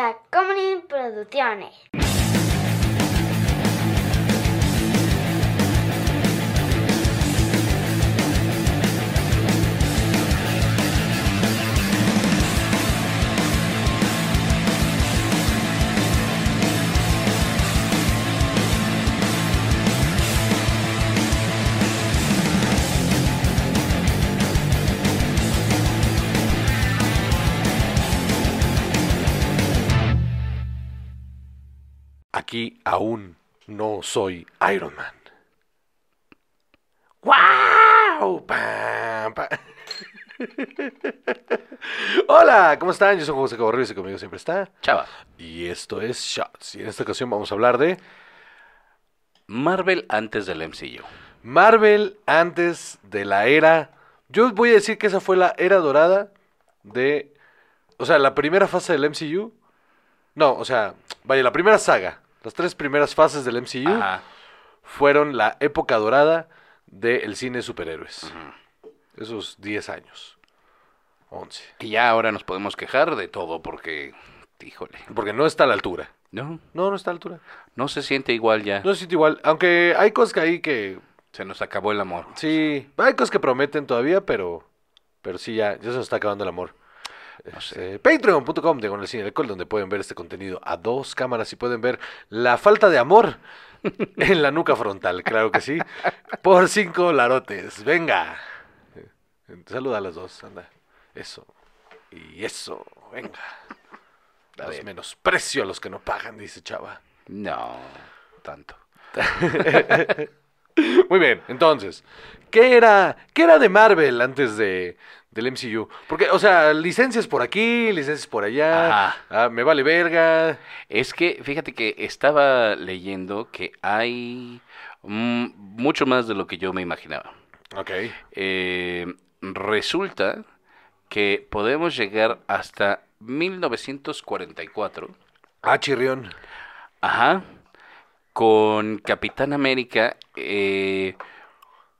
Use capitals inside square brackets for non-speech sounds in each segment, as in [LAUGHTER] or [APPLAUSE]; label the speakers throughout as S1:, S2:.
S1: a Comedy Producciones.
S2: Aquí aún no soy Iron Man. ¡Wow! Pa, pa. [LAUGHS] Hola, ¿cómo están? Yo soy José Caborrillos y conmigo siempre está.
S3: Chava,
S2: Y esto es Shots. Y en esta ocasión vamos a hablar de
S3: Marvel antes del MCU.
S2: Marvel antes de la era. Yo voy a decir que esa fue la era dorada de. O sea, la primera fase del MCU. No, o sea, vaya, la primera saga. Las tres primeras fases del MCU
S3: Ajá.
S2: fueron la época dorada del cine de superhéroes. Esos 10 años. 11.
S3: Y ya ahora nos podemos quejar de todo porque, híjole,
S2: Porque no está a la altura.
S3: no,
S2: No, no está a la altura.
S3: no se siente igual ya.
S2: No siento igual. Aunque hay cosas que ahí que.
S3: Se nos acabó el amor.
S2: Sí, hay cosas que prometen todavía, pero. Pero sí, ya, ya se nos está acabando el amor.
S3: No sé.
S2: Eh, Patreon.com de Con el Cine del Alcohol, donde pueden ver este contenido a dos cámaras y pueden ver la falta de amor
S3: [LAUGHS]
S2: en la nuca frontal, claro que sí, por cinco larotes. Venga. Eh, Saluda a las dos, anda. Eso. Y eso, venga. Los menosprecio a los que no pagan, dice Chava.
S3: No, tanto.
S2: Muy bien, entonces, ¿qué era, qué era de Marvel antes de, del MCU? Porque, o sea, licencias por aquí, licencias por allá,
S3: Ajá.
S2: ah, me vale verga.
S3: Es que, fíjate que estaba leyendo que hay mm, mucho más de lo que yo me imaginaba.
S2: Ok.
S3: Eh, resulta que podemos llegar hasta 1944.
S2: Ah, chirrión.
S3: Ajá. Con Capitán América, eh,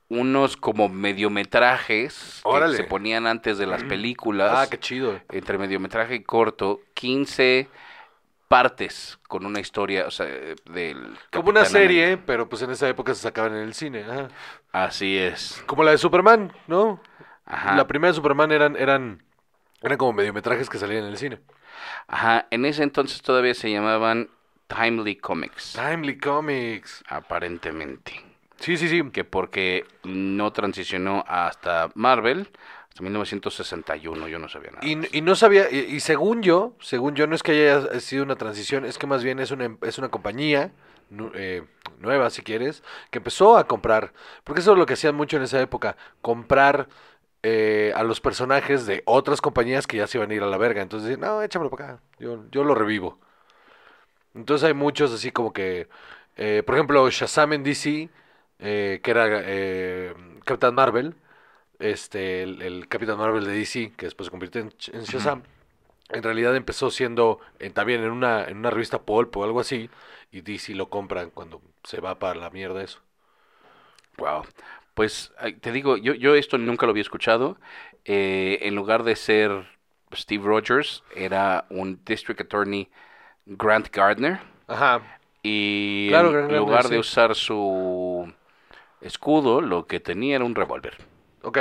S3: unos como mediometrajes
S2: Órale.
S3: que se ponían antes de las películas.
S2: Ah, qué chido.
S3: Entre mediometraje y corto, 15 partes con una historia, o sea, eh, del.
S2: Como una
S3: Capitán
S2: serie,
S3: América.
S2: pero pues en esa época se sacaban en el cine. ajá.
S3: Así es.
S2: Como la de Superman, ¿no?
S3: Ajá.
S2: La primera de Superman eran, eran, eran como mediometrajes que salían en el cine.
S3: Ajá. En ese entonces todavía se llamaban Timely Comics.
S2: Timely Comics.
S3: Aparentemente.
S2: Sí, sí, sí.
S3: que porque no transicionó hasta Marvel hasta 1961, yo no sabía nada. de eso.
S2: Y, y no sabía, y, y según yo, según yo no es que haya sido una transición, es que más bien es una, em- es una compañía nu- eh, nueva, si quieres, que empezó a comprar, porque eso es lo que hacían mucho en esa época, comprar eh, a los personajes de otras compañías que ya se iban a ir a la verga. Entonces, decían, no, échamelo para acá, yo, yo lo revivo. Entonces hay muchos así como que, eh, por ejemplo, Shazam en DC, eh, que era eh, Capitán Marvel, este, el, el Capitán Marvel de DC, que después se convirtió en, Ch- en Shazam, en realidad empezó siendo eh, también en una, en una revista Pulp o algo así, y DC lo compran cuando se va para la mierda eso.
S3: Wow. Pues ay, te digo, yo, yo esto nunca lo había escuchado. Eh, en lugar de ser Steve Rogers, era un District Attorney Grant Gardner.
S2: Ajá.
S3: Y
S2: Claro,
S3: en
S2: Grant Gardner,
S3: lugar de
S2: sí.
S3: usar su escudo, lo que tenía era un revólver.
S2: Ok.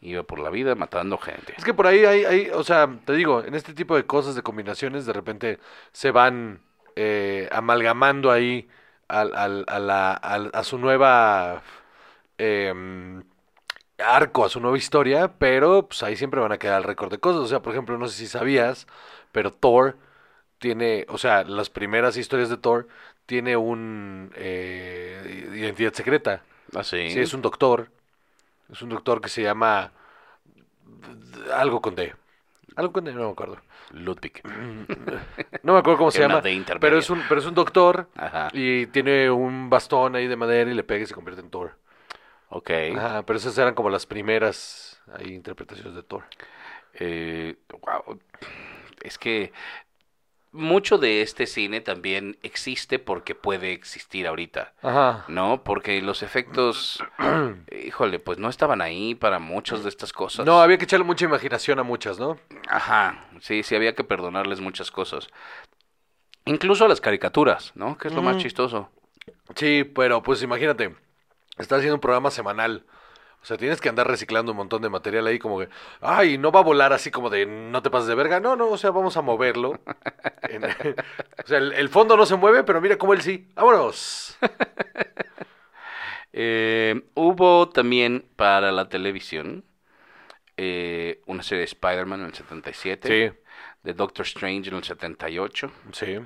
S3: Iba por la vida matando gente.
S2: Es que por ahí hay, hay- o sea, te digo, en este tipo de cosas, de combinaciones, de repente se van eh, amalgamando ahí al, al- a, la- al- a su nueva em, arco, a su nueva historia, pero pues ahí siempre van a quedar el récord de cosas. O sea, por ejemplo, no sé si sabías, pero Thor tiene, o sea, las primeras historias de Thor tiene un eh, identidad secreta.
S3: Así.
S2: Sí, es un doctor. Es un doctor que se llama. Algo con D. Algo con D, no me
S3: [LAUGHS]
S2: acuerdo.
S3: Ludwig.
S2: No me acuerdo cómo se
S3: Era una
S2: llama.
S3: D intermedia.
S2: Pero es, un, pero es un doctor
S3: Ajá.
S2: y tiene un bastón ahí de madera y le pega y se convierte en Thor.
S3: Ok.
S2: Ajá, pero esas eran como las primeras ahí, interpretaciones de Thor.
S3: Eh, wow. Es que mucho de este cine también existe porque puede existir ahorita,
S2: Ajá.
S3: ¿no? Porque los efectos, híjole, pues no estaban ahí para muchas de estas
S2: [CLEARS THROAT]
S3: cosas.
S2: No, había que echarle mucha imaginación a muchas, ¿no?
S3: Ajá, sí, sí, había que perdonarles muchas cosas. Incluso las caricaturas, ¿no? Que es lo más chistoso.
S2: Sí, pero pues imagínate, estás haciendo un programa semanal. O sea, tienes que andar reciclando un montón de material ahí como que, ay, no va a volar así como de, no te pases de verga. No, no, o sea, vamos a moverlo. En- o sea, el, el fondo no se mueve, pero mira cómo él sí. Vámonos.
S3: Eh, hubo también para la televisión eh, una serie de Spider-Man en el 77, de Doctor Strange en el 78
S2: sí.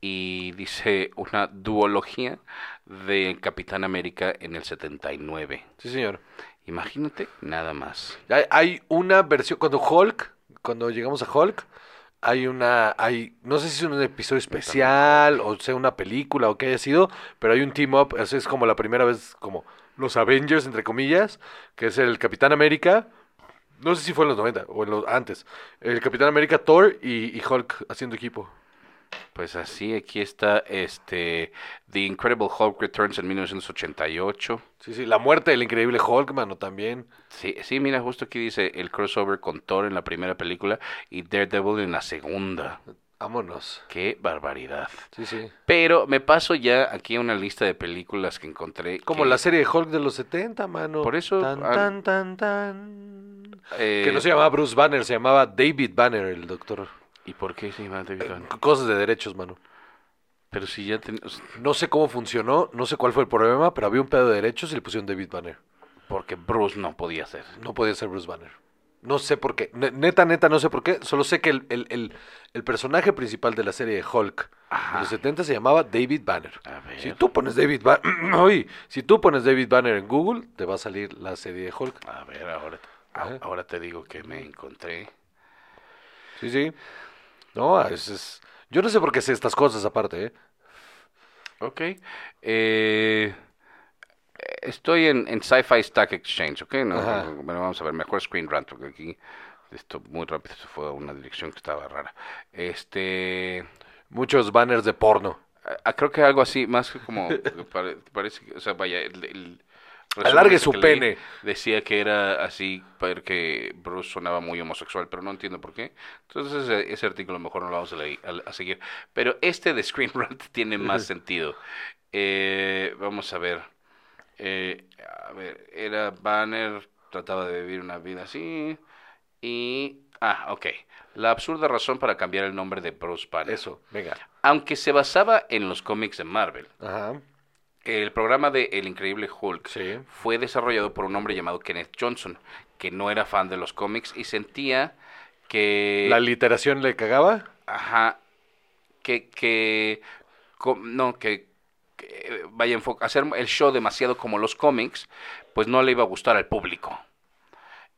S3: y dice una duología de Capitán América en el 79.
S2: Sí, señor.
S3: Imagínate nada más.
S2: Hay, hay una versión, cuando Hulk, cuando llegamos a Hulk, hay una, hay, no sé si es un episodio especial, o sea, una película, o qué haya sido, pero hay un team up, o sea, es como la primera vez, como los Avengers, entre comillas, que es el Capitán América, no sé si fue en los 90 o en los antes, el Capitán América, Thor y, y Hulk haciendo equipo.
S3: Pues así, aquí está este The Incredible Hulk Returns en 1988.
S2: Sí, sí, la muerte del increíble Hulk, mano, también.
S3: Sí, sí, mira, justo aquí dice el crossover con Thor en la primera película y Daredevil en la segunda.
S2: Vámonos.
S3: Qué barbaridad.
S2: Sí, sí.
S3: Pero me paso ya aquí a una lista de películas que encontré.
S2: Como
S3: que,
S2: la serie de Hulk de los 70, mano.
S3: Por eso,
S2: Tan,
S3: ah,
S2: tan, tan, tan.
S3: eh,
S2: Que no se llamaba Bruce Banner, se llamaba David Banner, el doctor.
S3: ¿Y por qué se llama David Dunn?
S2: C- Cosas de derechos, mano.
S3: Pero si ya ten- o sea,
S2: No sé cómo funcionó, no sé cuál fue el problema, pero había un pedo de derechos y le pusieron David Banner.
S3: Porque Bruce no podía ser.
S2: No podía ser Bruce Banner. No sé por qué. Ne- Neta, neta, no sé por qué. Solo sé que el, el- el- el personaje principal de la serie de Hulk
S3: Ajá.
S2: de los 70 se llamaba David Banner.
S3: A ver.
S2: Si tú pones David [CLEARS THROAT] Banner. si tú pones David Banner en Google, te va a salir la serie de Hulk.
S3: A ver, ahora,
S2: Ajá.
S3: a- ahora te digo que me encontré.
S2: Sí, sí. No, es- es- Yo no sé por qué sé estas cosas aparte, ¿eh?
S3: Ok. eh, estoy en, en Sci-Fi Stack Exchange, ¿ok? No,
S2: Ajá.
S3: bueno, vamos a ver, mejor Screen Rant, porque aquí esto muy rápido se fue a una dirección que estaba rara. Este...
S2: Muchos banners de porno.
S3: Ah, ah, creo que algo así, más
S2: [LAUGHS]
S3: que como pare- parece que, o sea, vaya, el, el resumen
S2: Alargue
S3: ese
S2: su
S3: que
S2: pene.
S3: Decía que era así porque Bruce sonaba muy homosexual, pero no entiendo por qué. Entonces ese, ese artículo mejor no lo vamos a, leer- a- a seguir. Pero este de Screen Rant [LAUGHS] tiene más sentido. Eh, vamos a ver. Eh, a ver, era Banner, trataba de vivir una vida así. Y... Ah, ok. La absurda razón para cambiar el nombre de Bruce Banner.
S2: Eso, venga.
S3: Aunque se basaba en los cómics de Marvel,
S2: Ajá.
S3: el programa de El Increíble Hulk
S2: Sí.
S3: fue desarrollado por un hombre llamado Kenneth Johnson, que no era fan de los cómics y sentía que...
S2: ¿La literación le cagaba?
S3: Ajá. Que... que co- no, que... que vaya, enfo- hacer el show demasiado como los cómics, pues no le iba a gustar al público.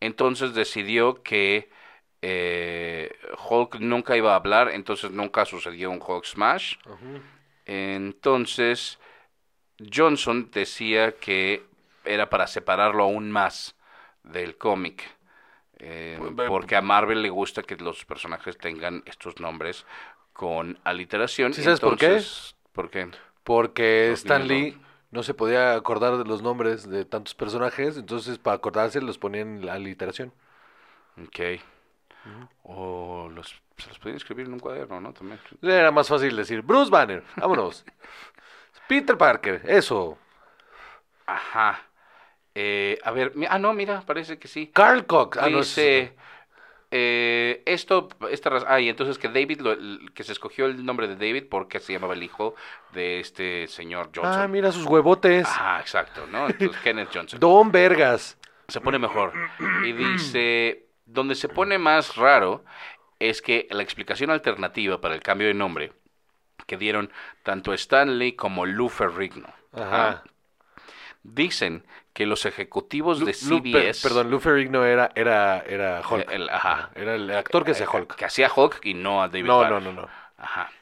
S3: Entonces decidió que eh, Hulk nunca iba a hablar, entonces nunca sucedió un Hulk Smash. Entonces, Johnson decía que era para separarlo aún más del cómic. eh,
S2: Pues, ve-
S3: porque a Marvel le gusta que los personajes tengan estos nombres con aliteración.
S2: ¿Sí
S3: y
S2: sabes por qué?
S3: entonces- ¿Por qué?
S2: Porque
S3: Los
S2: Stan
S3: niños
S2: Lee no se podía acordar de los nombres de tantos personajes, entonces para acordarse los ponían en la literación.
S3: Ok. O los, se los podían escribir en un cuaderno, ¿no? También.
S2: Le era más fácil decir, Bruce Banner,
S3: [LAUGHS]
S2: vámonos. Peter Parker, eso.
S3: Ajá. Eh, a ver, mi- ah, no, mira, parece que sí.
S2: Carl Cox. Ah, no, ese es
S3: dice Este, eh, esto esta raz- ah y entonces que David lo- l- que se escogió el nombre de David porque se llamaba el hijo de este señor
S2: otro. Ah,
S3: Johnson Ah,
S2: mira sus huevotes.
S3: Ajá, exacto no entonces Kenneth
S2: [LAUGHS]
S3: Johnson
S2: Don Vergas.
S3: se pone mejor y dice donde se pone más raro es que la explicación alternativa para el cambio de nombre que dieron tanto Stanley como Lou Ferrigno
S2: Ajá.
S3: dicen que los ejecutivos
S2: Lu-
S3: de
S2: Lu- per-
S3: CBS
S2: perdón, Lou Ferrigno era, era, era Hulk.
S3: el- ajá.
S2: Era el actor que hacía
S3: que
S2: Hulk.
S3: hacía Hulk y no a David
S2: No,
S3: Banner.
S2: no, no, no.
S3: Ajá.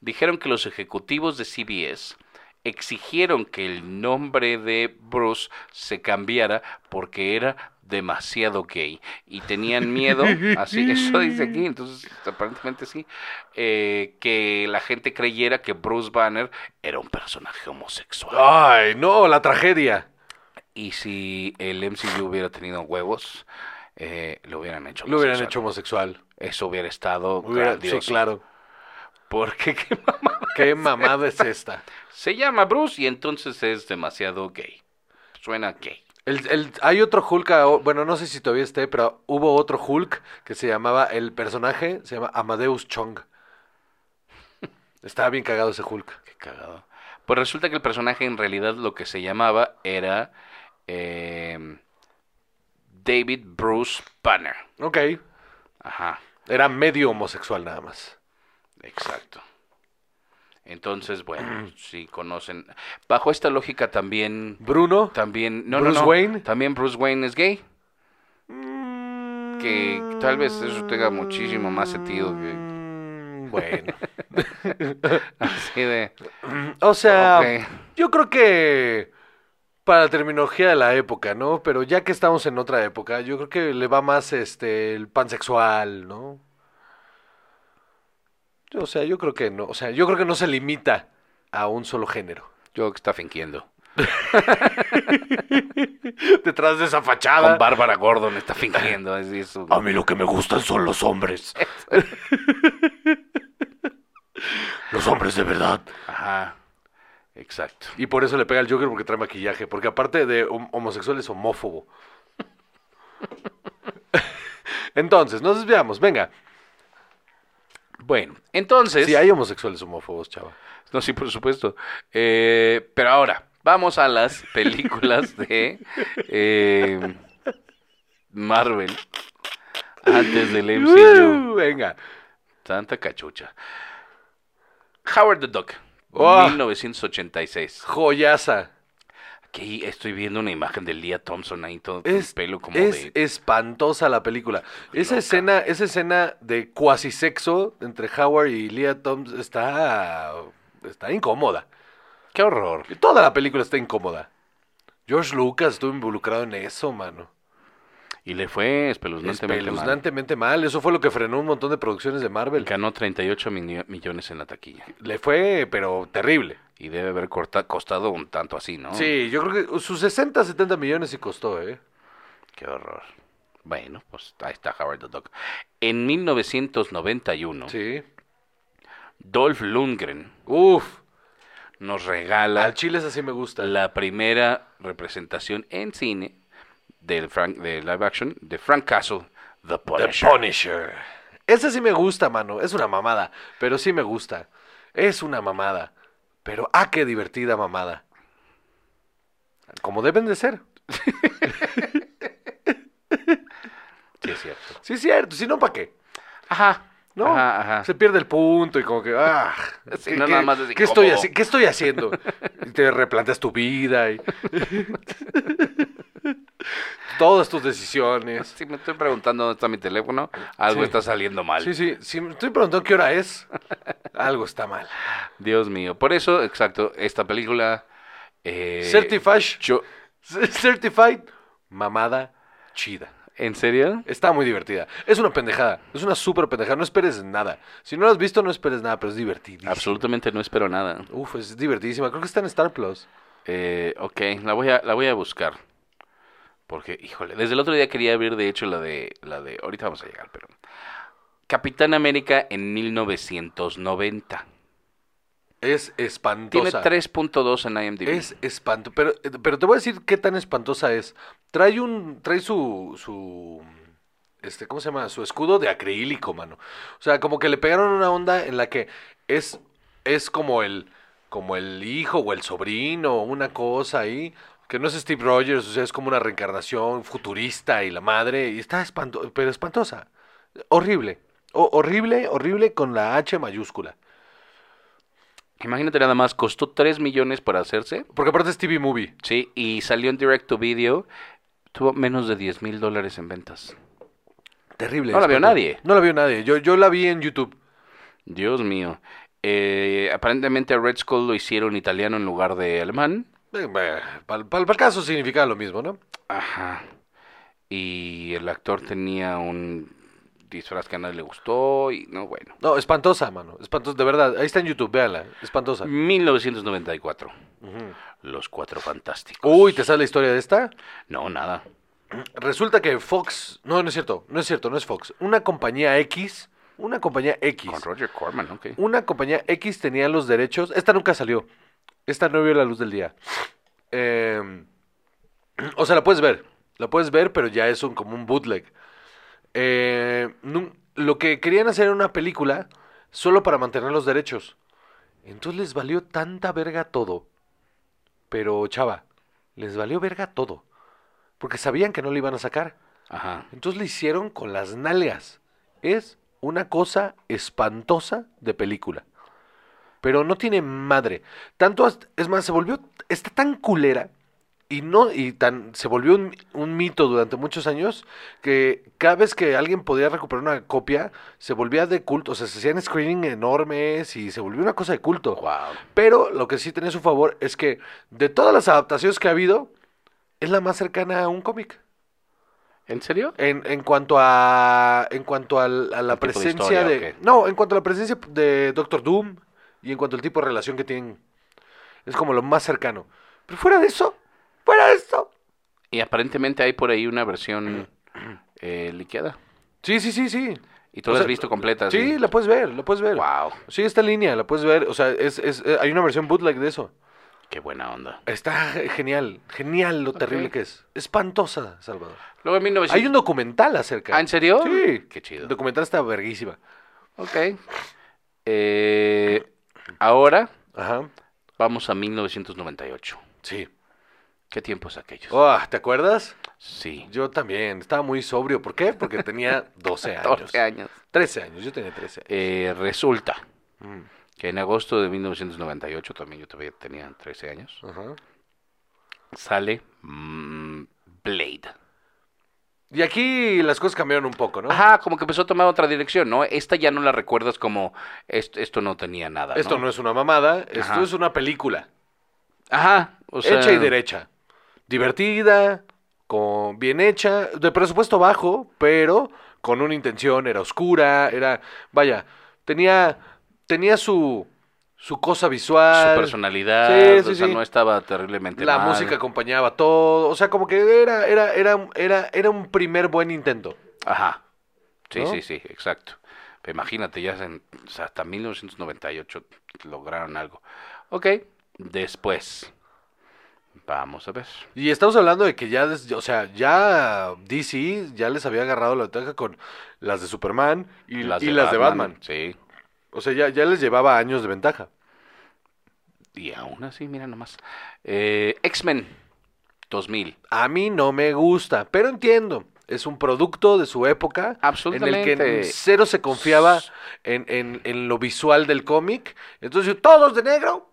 S3: Dijeron que los ejecutivos de CBS exigieron que el nombre de Bruce se cambiara porque era demasiado gay y
S2: [LAUGHS]
S3: tenían miedo, así, eso dice aquí, entonces aparentemente sí, eh, que la gente creyera que Bruce Banner era un personaje homosexual.
S2: Ay, no, la tragedia.
S3: Y si el MCU hubiera tenido huevos, eh, lo hubieran hecho
S2: Lo hubieran
S3: homosexual.
S2: hecho homosexual.
S3: Oh, Eso hubiera estado
S2: Hubiera- sí,
S3: grandioso.
S2: claro.
S3: Porque qué [LAUGHS] mamá.
S2: ¿Qué mamada es esta?
S3: Se llama Bruce y entonces es demasiado gay. Suena gay.
S2: El, el- hay otro Hulk, ah, bueno, no sé si todavía esté, pero hubo otro Hulk que se llamaba, el personaje se llama Amadeus Chong. Estaba bien cagado ese Hulk.
S3: Qué cagado. Pues resulta que el personaje en realidad lo que se llamaba era eh, David Bruce Banner.
S2: Ok.
S3: Ajá,
S2: Era medio homosexual nada más.
S3: exacto. Entonces, bueno, si conocen. Bajo esta lógica también.
S2: Bruno.
S3: También. No, no,
S2: Bruce
S3: no,
S2: Wayne.
S3: También Bruce Wayne es gay. Que tal vez eso tenga muchísimo más sentido que.
S2: Mm, Bueno.
S3: Así de.
S2: O sea,
S3: Ok.
S2: yo creo que para la terminología de la época, ¿no? Pero ya que estamos en otra época, yo creo que le va más este el pansexual, ¿no? O sea, yo creo que no, o sea, yo creo que no se limita a un solo género.
S3: Yo creo que está fingiendo.
S2: Detrás de esa fachada.
S3: Con Bárbara Gordon está fingiendo. Es
S2: [LAUGHS]
S3: eso.
S2: A mí lo que me gustan son los hombres. los hombres de verdad.
S3: [LAUGHS] Ajá. Exacto.
S2: Y por eso le pega al Joker porque trae maquillaje. Porque aparte de hom- homosexual es homófobo. [LAUGHS] Entonces, nos desviamos. Venga.
S3: Bueno, entonces.
S2: Sí, hay homosexuales homófobos, chava.
S3: No, sí, por supuesto. Eh, pero ahora, vamos
S2: [LAUGHS]
S3: a las películas de eh, Marvel. Antes del MCU.
S2: Uh, Venga.
S3: Tanta cachucha. Howard the Duck,
S2: Oh.
S3: 1986.
S2: Joyaza.
S3: Aquí estoy viendo una imagen de Leah Thompson ahí todo con
S2: Es,
S3: el pelo como
S2: es
S3: de...
S2: espantosa la película. Esa
S3: Loca.
S2: escena, esa escena de cuasi sexo entre Howard y Leah Thompson está, está incómoda.
S3: ¡Qué horror!
S2: Toda la película está incómoda. George Lucas estuvo involucrado en eso, mano.
S3: Y le fue espeluznantemente mal.
S2: Espeluznantemente mal. Eso fue lo que frenó un montón de producciones de Marvel.
S3: Ganó 38 milio- millones en la taquilla.
S2: Le fue, pero terrible.
S3: Y debe haber corta- costado un tanto así, ¿no?
S2: Sí, yo creo que sus 60, 70 millones sí costó, ¿eh?
S3: Qué horror. Bueno, pues ahí está Howard the Duck. En 1991,
S2: Sí.
S3: Dolph Lundgren
S2: Uf.
S3: nos
S2: Al
S3: regala
S2: chile esa sí me gusta.
S3: la primera representación en cine del Frank, de live action de Frank Castle,
S2: The
S3: The Punisher.
S2: Punisher. Esa sí me gusta, mano. Es una mamada. Pero sí me gusta. Es una mamada. Pero ah, qué divertida mamada. Como deben de ser.
S3: Sí, es cierto.
S2: Sí, es cierto. Si no, ¿para qué?
S3: Ajá.
S2: ¿no?
S3: Ajá, ajá.
S2: Se pierde el punto y como que, ah,
S3: [LAUGHS] Sí,
S2: ¿qué,
S3: no,
S2: qué-
S3: nada más es
S2: qué estoy
S3: incómodo.
S2: haci- ¿qué estoy haciendo?
S3: [LAUGHS]
S2: y te replanteas tu vida y [LAUGHS] todas tus decisiones.
S3: Si me estoy preguntando dónde está mi teléfono, algo
S2: Sí.
S3: está saliendo mal.
S2: Sí, sí, sí, me estoy preguntando qué hora es. Algo está mal.
S3: Dios mío. Por eso, exacto, esta película... [LAUGHS] eh,
S2: Certified,
S3: yo-
S2: [LAUGHS] certified, mamada chida.
S3: ¿En serio?
S2: Está muy divertida. Es una pendejada. Es una súper pendejada. No esperes nada. Si no la has visto, no esperes nada, pero es divertidísima.
S3: Absolutamente no espero nada.
S2: Uf, es divertidísima. Creo que está en Star Plus.
S3: Eh, ok, la voy, a, la voy a buscar. Porque, híjole, desde el otro día quería ver, de hecho, la de, la de... Ahorita vamos a llegar, pero... Capitán América en 1990.
S2: Es espantosa.
S3: Tiene 3.2 en IMDb.
S2: Es espanto, pero, pero te voy a decir qué tan espantosa es. Trae un, trae su, su, este, ¿cómo se llama? Su escudo de acrílico, mano. O sea, como que le pegaron una onda en la que es, es como el, como el hijo o el sobrino, una cosa ahí, que no es Steve Rogers, o sea, es como una reencarnación futurista y la madre, y está espanto, pero espantosa, horrible, O- horrible, horrible con la H mayúscula.
S3: Imagínate nada más, costó 3 millones para hacerse.
S2: Porque aparte es TV Movie.
S3: Sí, y salió en direct to video. Tuvo menos de 10 mil dólares en ventas.
S2: Terrible.
S3: No la vio
S2: espantosa.
S3: nadie.
S2: No la vio nadie. Yo, yo la vi en YouTube.
S3: Dios mío. Eh, aparentemente a Red Skull lo hicieron italiano en lugar de alemán.
S2: Eh, Para el caso significa lo mismo, ¿no?
S3: Ajá. Y el actor tenía un disfraz que a nadie le gustó y no, bueno.
S2: No, espantosa, mano. Espantosa, de verdad. Ahí está en YouTube, véanla. Espantosa.
S3: 1994.
S2: Ujú.
S3: Los Cuatro Fantásticos.
S2: Uy, ¿te sale la historia de esta?
S3: No, nada.
S2: Resulta que Fox... No, no es cierto. No es cierto, no es Fox. Una compañía X Una compañía X.
S3: Con Roger Corman, ok.
S2: Una compañía X tenía los derechos. Esta nunca salió. Esta no vio la luz del día. Eh, o sea, la puedes ver. La puedes ver, pero ya es un, como un bootleg. Eh, nun- lo que querían hacer era una película solo para mantener los derechos. Entonces les valió tanta verga todo. Pero, chava, les valió verga todo. Porque sabían que no le iban a sacar.
S3: Ajá.
S2: Entonces le hicieron con las nalgas. Es una cosa espantosa de película. Pero no tiene madre. Tanto as- es más, se volvió. Está tan culera. Y no, y tan, se volvió un, un mito durante muchos años que cada vez que alguien podía recuperar una copia, se volvía de culto. O sea, se hacían screening enormes y se volvió una cosa de culto.
S3: Wow.
S2: Pero lo que sí tenía a su favor es que de todas las adaptaciones que ha habido, es la más cercana a un cómic.
S3: ¿En serio?
S2: En, en cuanto a en cuanto al- a, la
S3: El tipo de
S2: presencia
S3: historia,
S2: de
S3: ok.
S2: no, en cuanto a la presencia de Doctor Doom y en cuanto al tipo de relación que tienen es como lo más cercano. Pero fuera de eso, fuera de eso.
S3: Y aparentemente hay por ahí una [CLEARS THROAT] versión eh, liqueada.
S2: Sí, sí, sí, sí.
S3: Y tú
S2: O
S3: la has
S2: sea,
S3: visto completa.
S2: Sí, la puedes ver, la puedes ver.
S3: Wow.
S2: Sí, está en línea, la puedes ver, o sea, es, es- eh, hay una versión bootleg de eso.
S3: Qué buena onda.
S2: Está genial, genial lo terrible
S3: Ok.
S2: que es. Espantosa, Salvador.
S3: Luego en 1900.
S2: Hay un documental acerca.
S3: Pues ¿Ah, en serio?
S2: Sí.
S3: Qué chido.
S2: El documental está verguísima.
S3: Ok. Eh, ahora
S2: Ajá.
S3: vamos a 1998.
S2: Sí.
S3: ¿Qué tiempos aquellos?
S2: Ah, ¿te acuerdas?
S3: sí.
S2: Yo también, estaba muy sobrio. ¿Por qué? Porque
S3: [LAUGHS]
S2: tenía 12 años.
S3: 14 años.
S2: 13 años, yo tenía 13 años.
S3: Eh, resulta
S2: Mm,
S3: que en agosto de 1998, también yo todavía tenía 13 años,
S2: ajá.
S3: sale mm, Blade.
S2: Y aquí las cosas cambiaron un poco, ¿no?
S3: Ajá, como que empezó a tomar otra dirección, ¿no? Esta ya no la recuerdas como est- esto, no tenía nada.
S2: Esto no es una mamada, esto
S3: Ajá.
S2: es una película.
S3: Ajá, o sea.
S2: hecha y derecha. Divertida, con, bien hecha, de presupuesto bajo, pero con una intención, era oscura, era... Vaya, tenía, tenía su, su cosa visual.
S3: Su personalidad,
S2: Sí, sí,
S3: o sea,
S2: sí.
S3: no estaba terriblemente
S2: La
S3: mal.
S2: música acompañaba todo, o sea, como que era, era, era, era, era un primer buen intento.
S3: Ajá. Sí,
S2: ¿No?
S3: sí, sí, exacto. Pero Imagínate, ya en- o sea, hasta 1998 lograron algo. Ok, después. Vamos a ver.
S2: Y estamos hablando de que ya, des- o sea, ya DC ya les había agarrado la ventaja con las de Superman y y las de, Batman.
S3: Sí.
S2: O sea, ya, ya les llevaba años de ventaja.
S3: Y aún así, mira nomás. Eh, X-Men 2000.
S2: A mí no me gusta, pero entiendo. Es un producto de su época en el que
S3: Absolutamente.
S2: cero se confiaba en, en- en lo visual del cómic. Entonces, todos de negro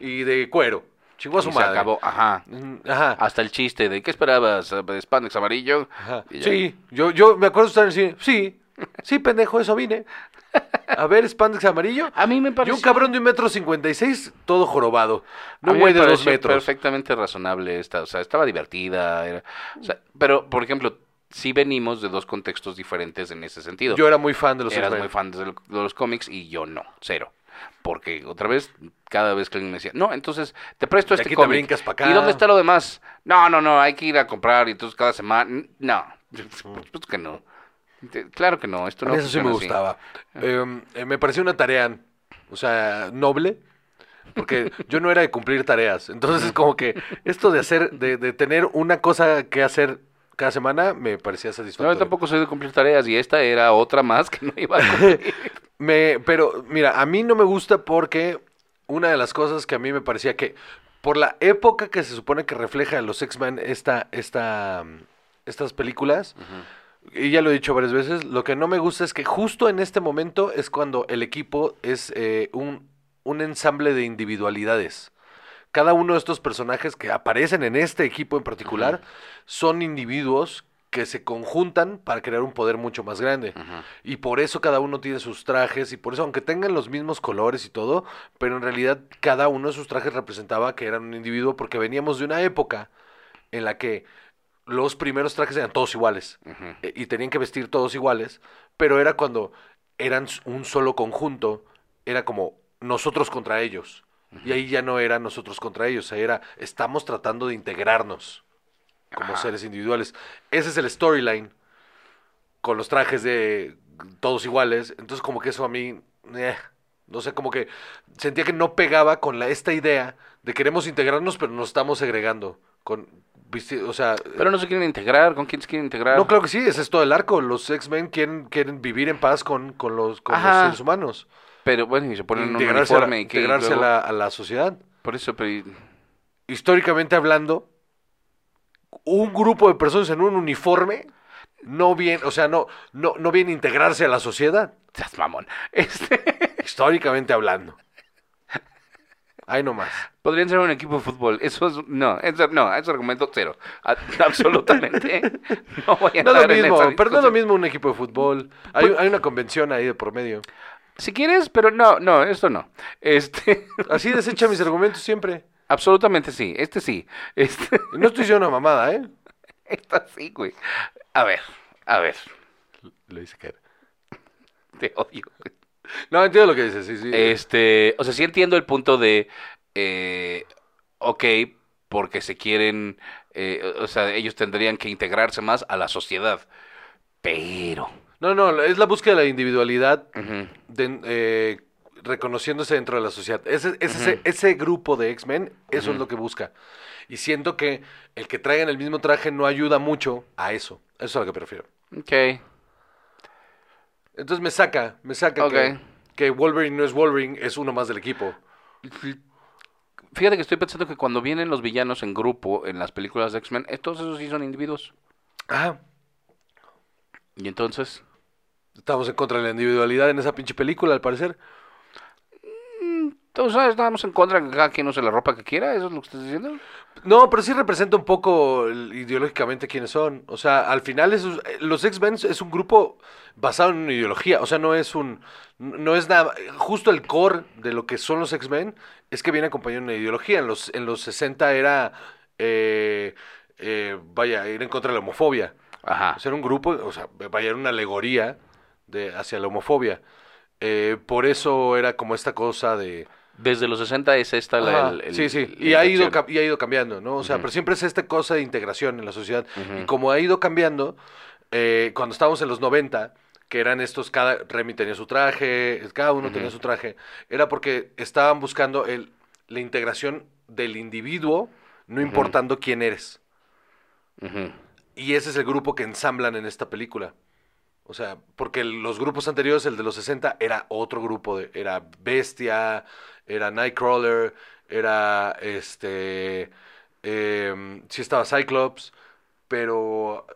S2: y de cuero. Chingó a su
S3: Y se
S2: madre.
S3: acabó. Ajá.
S2: Mm, Ajá.
S3: Hasta el chiste de ¿qué esperabas? Spandex amarillo.
S2: Ajá.
S3: Y ya.
S2: Sí, yo, yo me acuerdo de estar en el cine. Sí, sí, pendejo, eso vine. [LAUGHS] A ver, spandex amarillo.
S3: A mí me
S2: Y
S3: pareció.
S2: un cabrón de un metro cincuenta y seis, todo jorobado.
S3: a
S2: No
S3: mí
S2: güey
S3: me
S2: de dos
S3: pareció
S2: metros.
S3: Perfectamente razonable esta. O sea, estaba divertida. era- o sea, pero, por ejemplo, sí venimos de dos contextos diferentes en ese sentido.
S2: Yo era muy fan de los
S3: Eras
S2: X-Men.
S3: muy fan de lo- de los cómics y yo no, cero. Porque otra vez, cada vez que alguien me decía, no, entonces te
S2: De
S3: presto este
S2: aquí te
S3: cómic.
S2: brincas pa' acá".
S3: ¿Y dónde está lo demás? No, no, no, hay que ir a comprar y entonces cada semana. n- No, [LAUGHS] por supuesto que no. Te- Claro que no, esto
S2: A
S3: no
S2: mí eso sí me
S3: funciona así.
S2: gustaba. Eh, eh, me parecía una tarea, o sea, noble, porque yo no era de cumplir tareas. Entonces, como que esto de hacer, de, de tener una cosa que hacer cada semana, me parecía
S3: No,
S2: satisfactorio.
S3: yo tampoco soy de cumplir tareas y esta era otra más que no iba a
S2: [LAUGHS]
S3: cumplir.
S2: Me, pero mira, a mí no me gusta porque una de las cosas que a mí me parecía que por la época que se supone que refleja en los X-Men esta, esta, mm, estas películas, y ya lo he dicho varias veces, lo que no me gusta es que justo en este momento es cuando el equipo es eh, un, un ensamble de individualidades. Cada uno de estos personajes que aparecen en este equipo en particular
S3: Ujú.
S2: son individuos que se conjuntan para crear un poder mucho más grande.
S3: Ujú.
S2: Y por eso cada uno tiene sus trajes y por eso aunque tengan los mismos colores y todo, pero en realidad cada uno de sus trajes representaba que eran un individuo porque veníamos de una época en la que los primeros trajes eran todos iguales
S3: Ujú.
S2: e- y tenían que vestir todos iguales, pero era cuando eran s- un solo conjunto, era como nosotros contra ellos. Y ahí ya no era nosotros contra ellos, ahí era estamos tratando de integrarnos como
S3: Ajá.
S2: seres individuales. Ese es el storyline con los trajes de todos iguales. Entonces como que eso a mí, eh, no sé, como que sentía que no pegaba con la, esta idea de queremos integrarnos pero nos estamos segregando. Con, visti- o sea,
S3: Pero no se quieren integrar. ¿Con quién se quieren integrar?
S2: no, claro que sí, ese es todo el arco. Los X-Men quieren, quieren vivir en paz con, con, los, con los
S3: Ajá.
S2: seres humanos.
S3: Pero bueno, y se ponen un
S2: Integrarse, a la,
S3: uniforme. y que
S2: integrarse a
S3: luego-
S2: la- a la sociedad.
S3: Por eso, pero...
S2: históricamente hablando, un grupo de personas en un uniforme no bien, o sea, no, no, no bien integrarse a la sociedad,
S3: Estás mamón. [LAUGHS] Este...
S2: históricamente hablando. Ahí nomás.
S3: Podrían ser un equipo de fútbol. Eso es. No, eso, no, es argumento cero. A-
S2: [LAUGHS]
S3: absolutamente. No voy a
S2: No es
S3: entrar
S2: lo
S3: en
S2: mismo,
S3: esa
S2: pero no es lo
S3: discusión.
S2: mismo un equipo de fútbol. Hay, hay una convención ahí de por medio.
S3: Si quieres, pero no, no, esto no. Este. [LAUGHS]
S2: Así desecha mis argumentos siempre.
S3: Absolutamente sí. Este sí. Este. [LAUGHS]
S2: Y no estoy diciendo una mamada, ¿eh?
S3: Esta sí, güey. A ver, a ver.
S2: Lo dice caer.
S3: Te odio. güey.
S2: No, entiendo lo que dices, sí, sí.
S3: Este. O sea, sí entiendo el punto de. eh, ok, porque se quieren. eh, o sea, ellos tendrían que integrarse más a la sociedad. Pero.
S2: No, no, es la búsqueda de la individualidad
S3: ujú.
S2: de- eh, reconociéndose dentro de la sociedad. Ese, ese, ese grupo de X-Men, eso es lo que busca. Y siento que el que traigan el mismo traje no ayuda mucho a eso. Eso es a lo que prefiero.
S3: Ok.
S2: Entonces me saca, me saca
S3: Ok.
S2: que, que Wolverine no es Wolverine, es uno más del equipo.
S3: Fíjate que estoy pensando que cuando vienen los villanos en grupo en las películas de X-Men, eh, todos esos sí son individuos.
S2: Ah,
S3: Y entonces,
S2: estamos en contra de la individualidad en esa pinche película, al parecer.
S3: todos ah, ¿sabes? Estamos en contra de que cada quien use la ropa que quiera, ¿eso es lo que estás diciendo?
S2: No, pero sí representa un poco el- ideológicamente quiénes son. O sea, al final esos- eh, los X-Men es un grupo basado en una ideología. O sea, no es un... No es nada... Justo el core de lo que son los X-Men es que viene acompañado de una ideología. En los, en los 60 era... eh, eh, vaya, ir en contra de la homofobia.
S3: Ajá.
S2: O sea, era un grupo, o sea, vaya, era una alegoría de, hacia la homofobia. Eh, por eso era como esta cosa de...
S3: Desde los 60 es esta la...
S2: Ajá,
S3: el- el-
S2: sí, sí,
S3: la
S2: y ha, ido,
S3: intención.
S2: cam- y ha ido cambiando, ¿no? O sea,
S3: Ujú.
S2: pero siempre es esta cosa de integración en la sociedad.
S3: Ujú.
S2: Y como ha ido cambiando, eh, cuando estábamos en los 90, que eran estos, cada Remy tenía su traje, cada uno tenía su traje, era porque estaban buscando el, la integración del individuo, no importando quién eres.
S3: Ujú.
S2: Y ese es el grupo que ensamblan en esta película. O sea, porque el- los grupos anteriores, el de los 60, era otro grupo. De, era Bestia, era Nightcrawler, era este. em, sí estaba Cyclops, pero.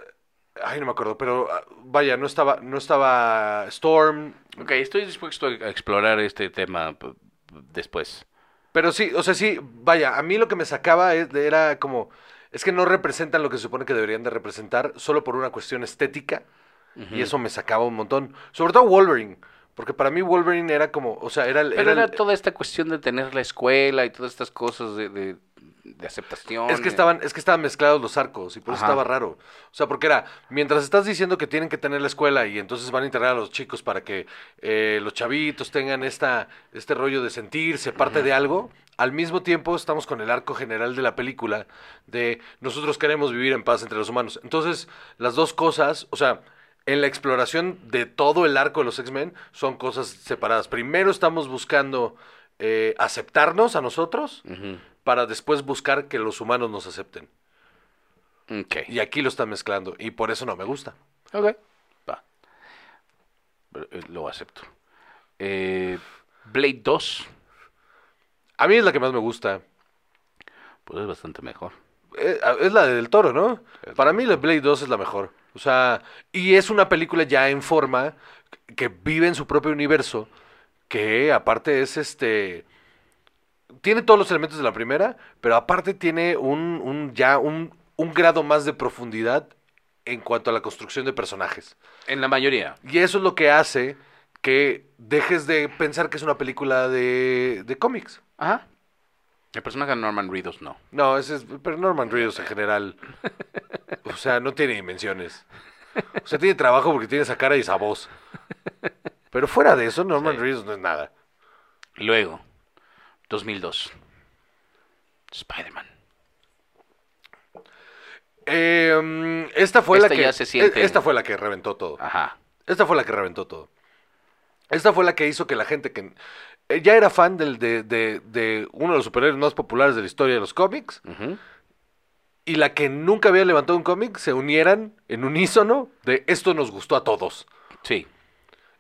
S2: Ay, no me acuerdo, pero ah, vaya, no estaba, no estaba Storm.
S3: Ok, estoy dispuesto a explorar este tema p- después.
S2: Pero sí, o sea, sí, vaya, a mí lo que me sacaba es- era como. Es que no representan lo que se supone que deberían de representar solo por una cuestión estética.
S3: Ujú.
S2: Y eso me sacaba un montón. Sobre todo Wolverine. Porque para mí Wolverine era como, o sea, era el...
S3: Pero
S2: era el-
S3: era toda esta cuestión de tener la escuela y todas estas cosas de, de, de aceptación. eh.
S2: es que estaban, es que estaban mezclados los arcos y por eso
S3: Ajá.
S2: estaba raro. O sea, porque era, mientras estás diciendo que tienen que tener la escuela y entonces van a integrar a los chicos para que eh, los chavitos tengan esta, este rollo de sentirse parte de algo, al mismo tiempo estamos con el arco general de la película de nosotros queremos vivir en paz entre los humanos. Entonces, las dos cosas, o sea, en la exploración de todo el arco de los X-Men son cosas separadas. Primero estamos buscando eh, aceptarnos a nosotros
S3: Ujú.
S2: para después buscar que los humanos nos acepten.
S3: Ok.
S2: Y aquí lo están mezclando y por eso no me gusta.
S3: Ok. Va. Eh, Lo acepto. Eh, Blade 2,
S2: A mí es la que más me gusta.
S3: pues es bastante mejor.
S2: Eh, a- Es la de del toro, ¿no? Para mí la Blade 2 es la mejor. O sea, y es una película ya en forma que vive en su propio universo, que aparte es este... Tiene todos los elementos de la primera, pero aparte tiene un, un ya un, un grado más de profundidad en cuanto a la construcción de personajes.
S3: En la mayoría.
S2: Y eso es lo que hace que dejes de pensar que es una película de, de cómics.
S3: Ajá. El personaje de Norman Reedus no.
S2: No, ese es. Pero Norman Reedus en general. O sea, no tiene dimensiones. O sea, tiene trabajo porque tiene esa cara y esa voz. Pero fuera de eso, Norman
S3: Sí.
S2: Reedus no es nada.
S3: Luego, 2002. Spider-Man.
S2: Eh, mm, esta fue
S3: Esta
S2: la que. Em,
S3: ya se Ah. siente-
S2: Esta fue e, la que reventó todo.
S3: Ajá.
S2: Esta fue la que reventó todo. Esta fue la que hizo que la gente que eh, ya era fan del, de, de- de uno de los superhéroes más populares de la historia de los cómics
S3: Ujú.
S2: y la que nunca había levantado un cómic se unieran en unísono de esto nos gustó a todos.
S3: Sí.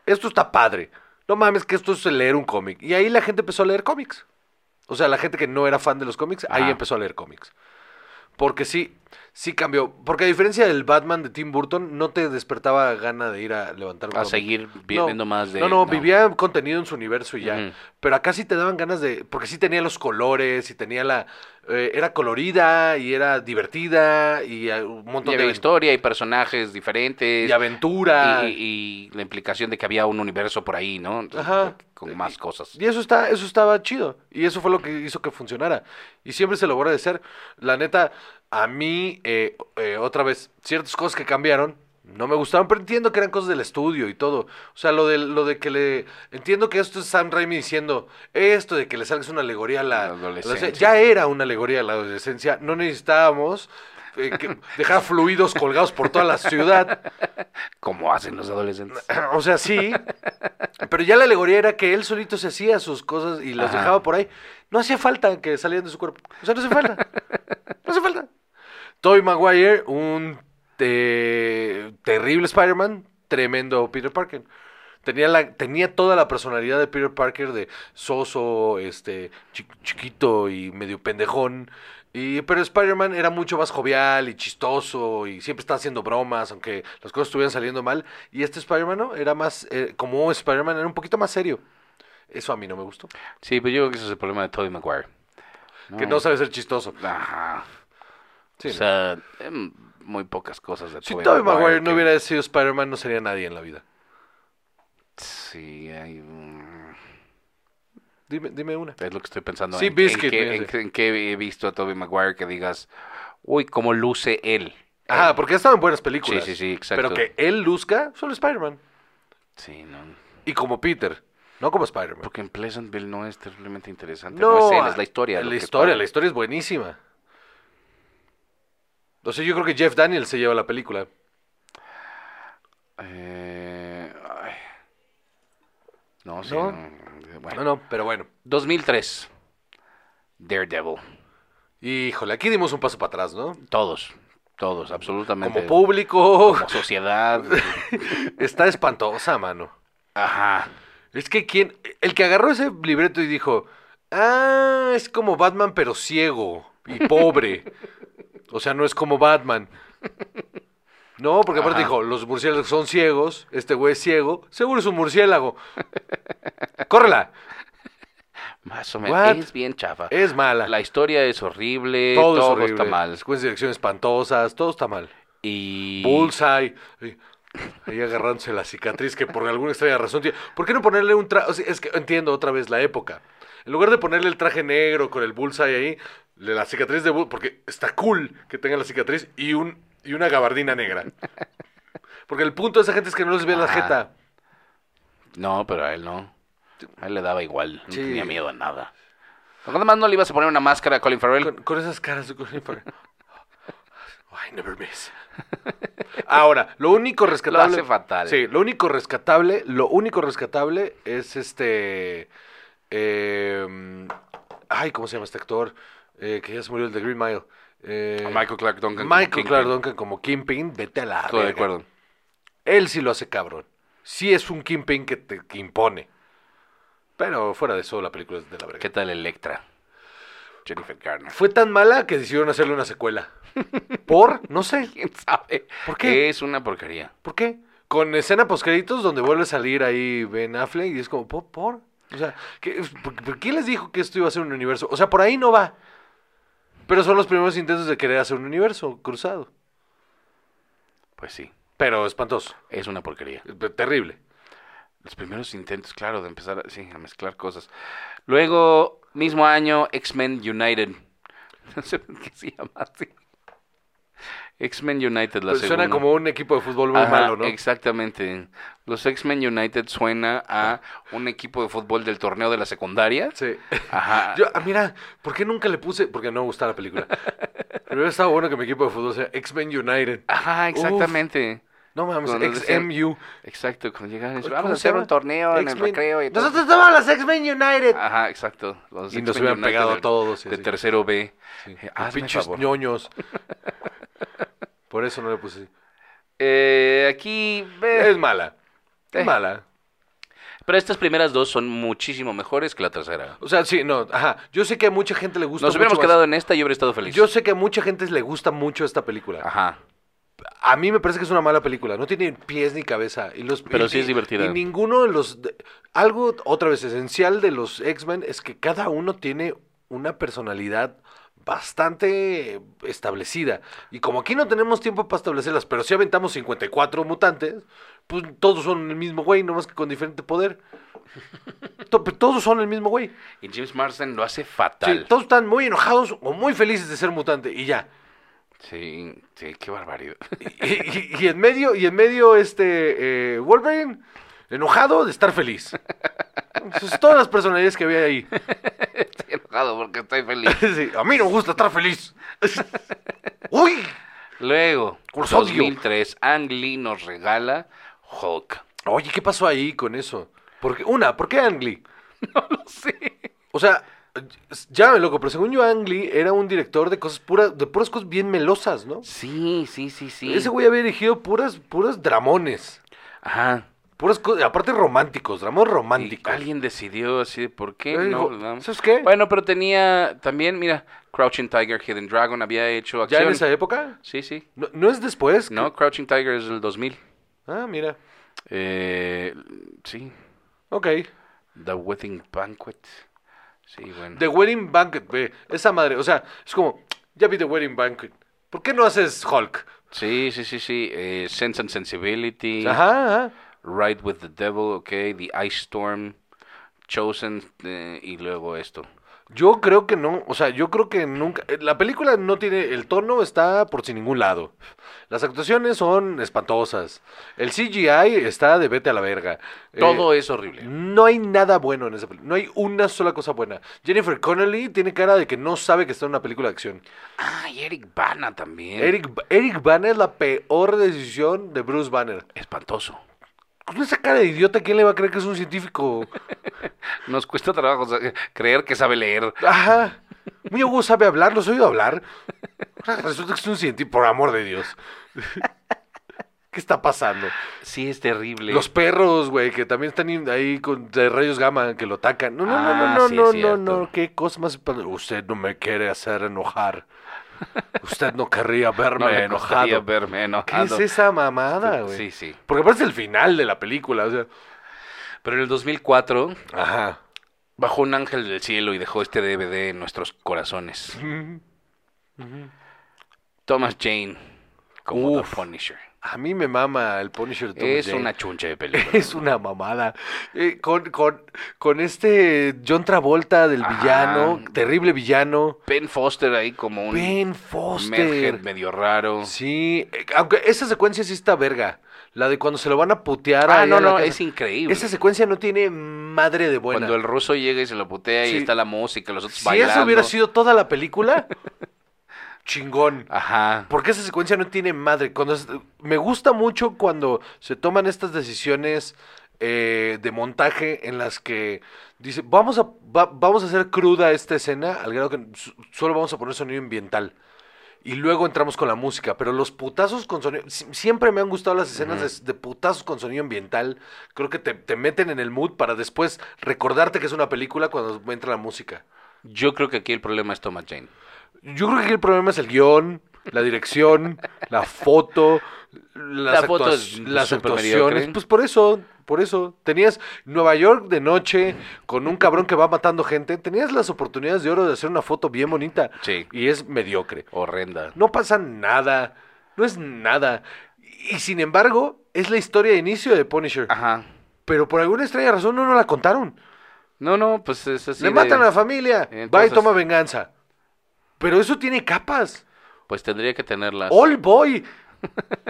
S2: Esto está padre. No mames que esto es el leer un cómic. Y ahí la gente empezó a leer cómics. O sea, la gente que no era fan de los cómics, ahí
S3: Ajá.
S2: empezó a leer cómics. Porque sí, sí cambió. Porque a diferencia del Batman de Tim Burton, no te despertaba gana de ir a levantar un
S3: A
S2: cómic.
S3: seguir vi-
S2: No.
S3: viendo más de...
S2: No, no, vivía contenido en su universo y ya.
S3: Ujú.
S2: Pero acá sí te daban ganas de. Porque sí tenía los colores y tenía la. eh, era colorida y era divertida y eh, un
S3: Y
S2: montón
S3: había
S2: de. aven-
S3: historia y personajes diferentes.
S2: Y aventura.
S3: Y, y la implicación de que había un universo por ahí, ¿no? Entonces,
S2: Ajá.
S3: Con más cosas.
S2: Y eso está, eso estaba chido. Y eso fue lo que hizo que funcionara. Y siempre se lo voy a agradecer. La neta, a mí, eh, eh, otra vez, ciertas cosas que cambiaron. No me gustaron, pero entiendo que eran cosas del estudio y todo. O sea, lo de, lo de que le... Entiendo que esto es Sam Raimi diciendo esto de que le salgas una alegoría a la...
S3: La adolescencia.
S2: a la- ya era una alegoría a la adolescencia. No necesitábamos eh,
S3: [LAUGHS]
S2: que- dejar fluidos colgados por toda la ciudad.
S3: Como hacen los adolescentes.
S2: [CLEARS THROAT] O sea, sí. pero ya la alegoría era que él solito se hacía sus cosas y las
S3: Ajá.
S2: dejaba por ahí. No hacía falta que salieran de su cuerpo. O sea, no hace falta. no hace falta. Tobey Maguire, un eh, terrible Spider-Man, tremendo Peter Parker. Tenía, la, tenía toda la personalidad de Peter Parker de soso, este, chi- chiquito y medio pendejón. Y, pero Spider-Man era mucho más jovial y chistoso y siempre estaba haciendo bromas, aunque las cosas estuvieran saliendo mal. Y este Spider-Man ¿no? era más, eh, como Spider-Man era un poquito más serio. Eso a mí no me gustó.
S3: Sí, pero yo creo que ese es el problema de Tobey Maguire.
S2: Que no sabe ser chistoso.
S3: Ajá.
S2: Sí,
S3: o
S2: no.
S3: sea, em, muy pocas cosas de
S2: si Tobey Maguire no
S3: que-
S2: hubiera sido Spider-Man, no sería nadie en la vida.
S3: Sí, hay... mm,
S2: Dime, dime una.
S3: Es lo que estoy pensando.
S2: Sí,
S3: en, en
S2: Biscuit,
S3: qué, en
S2: fíjate.
S3: qué- en qué he visto a Tobey Maguire que digas, uy, cómo luce él.
S2: Ah,
S3: Él.
S2: porque ha estado en buenas películas.
S3: Sí, sí, sí, exacto.
S2: Pero que él luzca solo Spider-Man.
S3: Sí, no.
S2: Y como Peter, no como Spider-Man.
S3: Porque en Pleasantville no es terriblemente interesante. No, es él, es la historia. lo
S2: La
S3: que
S2: historia,
S3: pasa.
S2: la historia es buenísima. O sea, yo creo que Jeff Daniels se lleva la película.
S3: Eh, ay. No, sí.
S2: No.
S3: no, bueno.
S2: No, no, pero bueno.
S3: 2003. Daredevil.
S2: Híjole, aquí dimos un paso para atrás, ¿no?
S3: Todos. Todos, absolutamente.
S2: Como público,
S3: Como sociedad.
S2: [LAUGHS] está espantosa, mano.
S3: Ajá.
S2: Es que quien, el que agarró ese libreto y dijo, ah, es como Batman pero ciego
S3: [LAUGHS]
S2: y pobre. o sea, no es como Batman. No, porque aparte
S3: Ajá.
S2: dijo, los murciélagos son ciegos, este güey es ciego, seguro es un murciélago. ¡Córrela!
S3: Más o menos.
S2: What?
S3: Es bien chafa.
S2: Es mala.
S3: La historia es horrible.
S2: todo es
S3: Todo,
S2: horrible.
S3: está mal.
S2: Las cuentas de dirección espantosas, todo está mal.
S3: Y.
S2: Bullseye. Ahí- Ahí agarrándose la cicatriz que por alguna extraña razón tiene. ¿Por qué no ponerle un traje? es que entiendo otra vez la época. En lugar de ponerle el traje negro con el Bullseye ahí, le- la cicatriz de Bull, porque está cool que tenga la cicatriz y, un, y una gabardina negra. Porque el punto de esa gente es que no les ve la
S3: Ajá.
S2: jeta.
S3: No, pero a él no. A él le daba igual. No
S2: Sí.
S3: tenía miedo a nada. Nada más no le ibas a poner una máscara a Colin Farrell.
S2: Con, con esas caras de Colin Farrell.
S3: [LAUGHS]
S2: I never miss. [LAUGHS] Ahora, lo único rescatable.
S3: hace fatal.
S2: Sí, lo único rescatable, lo único rescatable es este. eh, ay, ¿cómo se llama este actor? Eh, que ya se murió el de Green Mile. Eh,
S3: Michael Clark Duncan. como
S2: Michael
S3: Kingpin.
S2: Clark Duncan como Kingpin, vete a la.
S3: Estoy de
S2: verga.
S3: acuerdo.
S2: Él sí lo hace cabrón. Sí es un Kingpin que te que impone. Pero fuera de eso, la película es de la verga.
S3: ¿Qué tal Electra? Jennifer
S2: [LAUGHS]
S3: Garner.
S2: Fue tan mala que decidieron hacerle una secuela. ¿Por? No sé.
S3: ¿Quién sabe?
S2: ¿Por qué?
S3: Es una porquería.
S2: ¿Por qué? Con escena postcréditos donde vuelve a salir ahí Ben Affleck y es como, ¿por? por? O sea, ¿qué- por, por qué les dijo que esto iba a ser un universo? O sea, por ahí no va. Pero son los primeros intentos de querer hacer un universo cruzado.
S3: Pues sí,
S2: Pero espantoso,
S3: es una porquería.
S2: eh, terrible.
S3: Los primeros intentos, claro, de empezar a, sí, a mezclar cosas. Luego, mismo año, X-Men United. [LAUGHS] No sé por qué se llama así. X-Men United, la
S2: Pues
S3: segunda.
S2: suena como un equipo de fútbol muy
S3: Ajá,
S2: malo, ¿no?
S3: Exactamente. Los X-Men United suena a un equipo de fútbol del torneo de la secundaria.
S2: Sí.
S3: Ajá.
S2: Yo, ah, mira, ¿por qué nunca le puse? Porque no me gusta
S3: [LAUGHS]
S2: la película. Pero hubiera estado bueno que mi equipo de fútbol sea X-Men United.
S3: Ajá, exactamente.
S2: No mames,
S3: Cuando decían-
S2: ex-MU.
S3: Exacto, cuando llegaban,
S2: Oye,
S3: vamos
S2: ¿cómo
S3: a
S2: se
S3: hacer
S2: llama?
S3: un torneo en el
S2: X-Men.
S3: recreo y todo. Ah,
S2: Nosotros somos los X-Men United.
S3: Ajá, exacto. Los
S2: y nos
S3: X-Men
S2: hubieran
S3: United
S2: pegado
S3: del-
S2: a todos. y
S3: De
S2: así.
S3: tercero B.
S2: Sí.
S3: Eh,
S2: Los
S3: hazme
S2: Ah, pinches
S3: favor.
S2: ñoños. [LAUGHS] Por eso no le puse.
S3: Eh, aquí. ve-
S2: Es mala.
S3: Eh.
S2: Es mala.
S3: Pero estas primeras dos son muchísimo mejores que la tercera.
S2: O sea, sí, no, ajá. Yo sé que a mucha gente le gusta
S3: Nos hubiéramos
S2: mucho más-
S3: quedado en esta y yo hubiera estado feliz.
S2: Yo sé que a mucha gente le gusta mucho esta película.
S3: Ajá.
S2: A mí me parece que es una mala película. No tiene pies ni cabeza. Y los,
S3: Pero
S2: y-
S3: sí es
S2: y-
S3: divertida.
S2: Y ninguno de los. de- algo, otra vez, esencial de los X-Men es que cada uno tiene una personalidad bastante establecida. Y como aquí no tenemos tiempo para establecerlas, pero si aventamos 54 mutantes, pues todos son el mismo güey, nomás que con diferente
S3: [LAUGHS]
S2: poder. To- pues, todos son el mismo güey.
S3: Y James Marsden lo hace
S2: Sí,
S3: fatal. Sí,
S2: todos están muy enojados o muy felices de ser mutante y ya.
S3: sí, qué barbaridad. [LAUGHS]
S2: Y, y- y en medio, y en medio, este eh, Wolverine, enojado de estar feliz. Entonces, todas las personalidades que había ahí. [LAUGHS]
S3: Estoy enojado porque estoy feliz.
S2: Sí, a mí no me gusta estar feliz. [LAUGHS] Uy,
S3: Luego,
S2: Los odio.
S3: 2003, Ang Lee nos regala Hulk.
S2: oye, ¿qué pasó ahí con eso? Porque, una, ¿por qué Ang
S3: [LAUGHS]
S2: Lee?
S3: Sí.
S2: O sea, ya me loco, pero según yo, Ang Lee era un director de cosas puras, de puras cosas bien melosas, ¿no?
S3: Sí, sí, sí, sí.
S2: Ese güey había dirigido puras, puras dramones.
S3: Ajá.
S2: Puras cosas, aparte románticos, dramones
S3: Y
S2: románticos.
S3: alguien decidió así de por qué.
S2: Eh,
S3: No,
S2: dijo,
S3: ¿verdad?
S2: ¿Sabes qué?
S3: Bueno, pero tenía también, mira, Crouching Tiger, Hidden Dragon había hecho
S2: ya
S3: acción.
S2: en esa época.
S3: Sí, sí.
S2: No, no es después. que-
S3: No, Crouching Tiger es del 2000.
S2: Ah, mira.
S3: Eh, sí.
S2: Ok.
S3: The Wedding Banquet. Sí, bueno.
S2: The Wedding Banquet, ve. Esa madre. O sea, es como, ya vi The Wedding Banquet. ¿Por qué no haces Hulk?
S3: Sí, sí, sí, sí. Eh, Sense and Sensibility.
S2: Ajá, ajá.
S3: Ride with the Devil, ok. The Ice Storm. Chosen. eh, y luego esto.
S2: Yo creo que no. O sea, yo creo que nunca. eh, La película no tiene. El tono está por sin ningún lado. Las actuaciones son espantosas. El CGI está de vete a la verga. Eh,
S3: Todo es horrible.
S2: No hay nada bueno en esa película. No hay una sola cosa buena. Jennifer Connelly tiene cara de que no sabe que está en una película de acción.
S3: Ah, y Eric Bana también.
S2: Eric, Eric Banner es la peor decisión de Bruce Banner.
S3: Espantoso.
S2: Con esa cara de idiota, ¿quién le va a creer que es un científico?
S3: Nos cuesta trabajo sa- creer que sabe leer.
S2: Ajá. Muy Hugo sabe hablar, los he oído hablar. Resulta que es un científico, por amor de Dios. [LAUGHS] ¿Qué está pasando?
S3: Sí, es terrible.
S2: Los perros, güey, que también están in- ahí con de rayos gamma, que lo atacan. No, no,
S3: Ah,
S2: no, no,
S3: sí,
S2: no,
S3: es
S2: no,
S3: cierto.
S2: no, qué cosa más... espantosa. Usted no me quiere hacer enojar. Usted no querría verme
S3: no me costaría
S2: enojado.
S3: verme
S2: ¿Qué
S3: enojado. Este,
S2: es esa mamada, güey?
S3: Sí, sí.
S2: Porque aparte es el final de la película, o sea...
S3: Pero en el 2004
S2: Ajá.
S3: bajó un ángel del cielo y dejó este DVD en nuestros corazones. Thomas Jane como
S2: Uf.
S3: The Punisher.
S2: A mí me mama el Punisher. de Tom
S3: es
S2: Jane.
S3: una chuncha de película.
S2: [LAUGHS] Es una mamada. Eh, con, con, con este John Travolta del
S3: Ajá.
S2: villano, terrible villano.
S3: Ben Foster ahí como un
S2: Ben
S3: merhead
S2: Foster.
S3: medio raro.
S2: Sí, eh, aunque esa secuencia sí está verga. La de cuando se lo van a putear.
S3: Ah,
S2: ahí
S3: no,
S2: a la
S3: no,
S2: casa.
S3: es increíble.
S2: Esa secuencia no tiene madre de buena.
S3: Cuando el ruso llega y se lo putea y
S2: Sí.
S3: está la música, los otros
S2: Si
S3: bailando.
S2: eso hubiera sido toda la película, [LAUGHS] chingón.
S3: Ajá.
S2: Porque esa secuencia no tiene madre. Cuando es- me gusta mucho cuando se toman estas decisiones eh, de montaje en las que dice, vamos a, va- vamos a hacer cruda esta escena, al grado que su- solo vamos a poner sonido ambiental. Y luego entramos con la música. Pero los putazos con sonido. si- Siempre me han gustado las escenas de, de putazos con sonido ambiental. Creo que te, te meten en el mood para después recordarte que es una película cuando entra la música.
S3: Yo creo que aquí el problema es Thomas Jane.
S2: Yo creo que aquí el problema es el guión, la dirección, la foto, las,
S3: La foto es
S2: actua- las
S3: súper
S2: actuaciones.
S3: mediocre.
S2: Pues por eso, por eso. Tenías Nueva York de noche con un cabrón que va matando gente. Tenías las oportunidades de oro de hacer una foto bien bonita.
S3: Sí.
S2: Y es mediocre.
S3: Horrenda.
S2: No pasa nada. No es nada. Y sin embargo, es la historia de inicio de Punisher.
S3: Ajá.
S2: Pero por alguna extraña razón no nos la contaron.
S3: No, no, pues es así.
S2: Le
S3: de-
S2: matan a la familia. Va y
S3: Entonces-
S2: toma venganza. Pero eso tiene capas.
S3: Pues tendría que tenerlas.
S2: All Boy.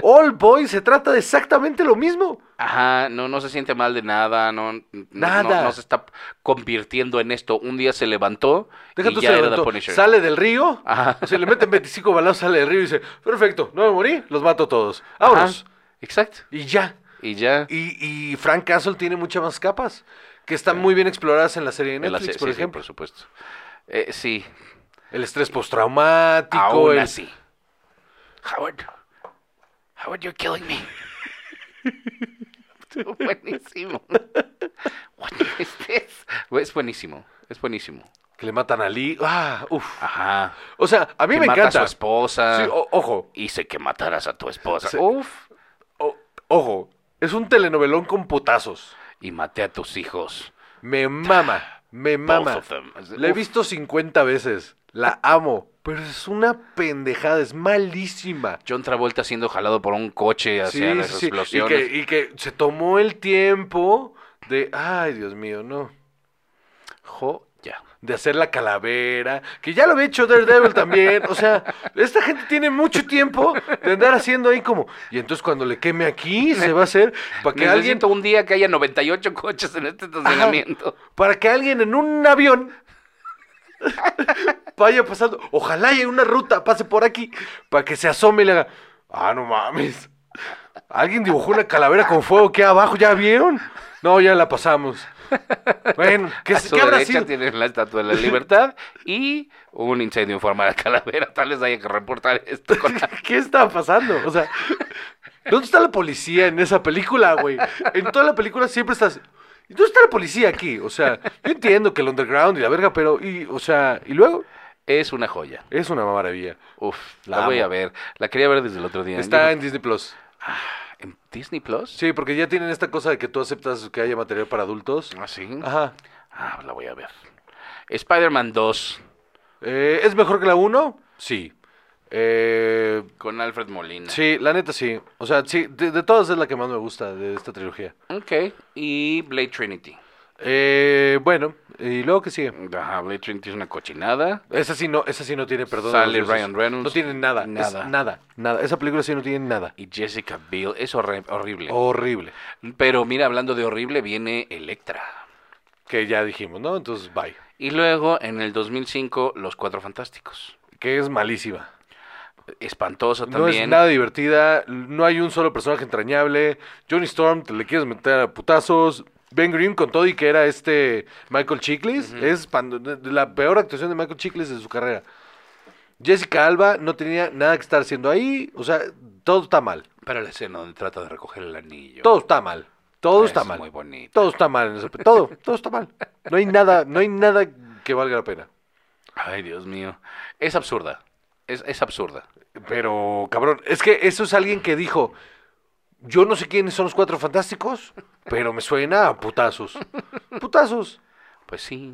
S2: All Boy se trata de exactamente lo mismo.
S3: Ajá, no, no se siente mal de nada, no, n- no-
S2: Nada.
S3: no, no se está convirtiendo en esto. Un día se levantó
S2: Deja
S3: y
S2: tú,
S3: ya
S2: se
S3: era
S2: levantó,
S3: The Punisher.
S2: Sale del río.
S3: Ajá.
S2: Se le meten 25 balazos, sale del río y dice, perfecto, no me morí, los mato a todos. Vámonos.
S3: Ajá. Exacto.
S2: Y ya.
S3: Y ya.
S2: Y, y Frank Castle tiene muchas más capas que están muy bien exploradas en la serie de
S3: en la
S2: Netflix, por
S3: se- sí, pues. sí,
S2: ejemplo.
S3: por supuesto. Eh, sí.
S2: El estrés postraumático.
S3: Aún
S2: el-
S3: así. Howard. Howard, you're killing me. [LAUGHS] Estuvo buenísimo. What is this? Es buenísimo. Es buenísimo.
S2: Que le matan a Lee. Ah, uf.
S3: Ajá.
S2: O sea, a mí
S3: que
S2: me
S3: mata a su ah.
S2: encanta.
S3: esposa.
S2: Sí, o- ojo,
S3: Hice que mataras a tu esposa.
S2: Sí.
S3: Uf.
S2: o- ojo. Es un telenovelón con putazos.
S3: Y maté a tus hijos.
S2: Me mama, me mama.
S3: of them. Es de-
S2: La he
S3: uf.
S2: visto 50 veces. La amo. Pero es una pendejada, es malísima.
S3: John Travolta siendo jalado por un coche
S2: Sí,
S3: hacia las
S2: sí, sí. Y
S3: explosiones.
S2: que, y que se tomó el tiempo de. Ay, Dios mío, no.
S3: Jo, ya.
S2: De hacer la calavera. Que ya lo había hecho Daredevil también. O sea, esta gente tiene mucho tiempo de andar haciendo ahí como. Y entonces cuando le queme aquí, se va a hacer. Para que
S3: Necesito
S2: alguien.
S3: un día que haya 98 coches en este estacionamiento.
S2: para que alguien en un avión vaya pasando. Ojalá haya una ruta, pase por aquí, para que se asome y le haga. Ah, no mames. Alguien dibujó una calavera con fuego que abajo, ¿ya vieron? No, ya la pasamos. Bueno, ¿qué,
S3: a
S2: qué
S3: su
S2: habrá
S3: derecha
S2: sido?
S3: tienen la Estatua de la Libertad y un incendio en forma de calavera. Tal vez haya que reportar esto con
S2: [LAUGHS]
S3: la-
S2: ¿Qué estaba pasando? O sea, ¿dónde está la policía en esa película, güey? En toda la película siempre estás. ¿Y dónde está la policía aquí? O sea, yo entiendo que el underground y la verga, pero. Y, o sea, y luego.
S3: Es una joya.
S2: Es una maravilla.
S3: Uf,
S2: La
S3: la, voy
S2: amo.
S3: a ver. La quería ver desde el otro día.
S2: Está
S3: Yo-
S2: en Disney Plus.
S3: ¿en Disney Plus?
S2: Sí, porque ya tienen esta cosa de que tú aceptas que haya material para adultos.
S3: ¿Ah, sí?
S2: Ajá.
S3: Ah, la voy a ver. Spider-Man 2
S2: Eh, ¿Es mejor que la 1? Sí. Eh,
S3: con Alfred Molina.
S2: sí, la neta sí. O sea, sí, de, de todas es la que más me gusta de esta trilogía.
S3: Ok. Y Blade Trinity.
S2: Eh, bueno, y luego que sigue.
S3: Ajá, Blade Trinity es una cochinada.
S2: Esa sí no, esa sí no tiene perdón. a los
S3: Sale
S2: dioses.
S3: Ryan Reynolds.
S2: No tiene nada. es
S3: Nada.
S2: nada. Nada. Esa película sí no tiene nada.
S3: Y Jessica Biel. Es horri- horrible.
S2: Horrible.
S3: Pero mira, hablando de horrible, viene Electra.
S2: Que ya dijimos, ¿no? Entonces, bye.
S3: Y luego, en el 2005, Los Cuatro Fantásticos.
S2: Que es malísima.
S3: Espantosa
S2: No
S3: también.
S2: es nada divertida, no hay un solo personaje entrañable. Johnny Storm te le quieres meter a putazos. Ben Grimm con todo y que era este Michael Chiklis, es pando- de- de la peor actuación de Michael Chiklis de su carrera. Jessica Alba no tenía nada que estar haciendo ahí, o sea, todo está mal,
S3: Para la escena donde trata de recoger el anillo.
S2: todo está mal, todo
S3: Es
S2: está mal,
S3: muy bonito.
S2: todo está mal, en ese pe- todo, todo está mal. No hay nada, no hay nada que valga la pena.
S3: Ay, Dios mío. Es absurda. Es, es absurda.
S2: Pero, cabrón, es que eso es alguien que dijo, yo no sé quiénes son los cuatro fantásticos, pero me suena a putazos. Putazos.
S3: Pues sí.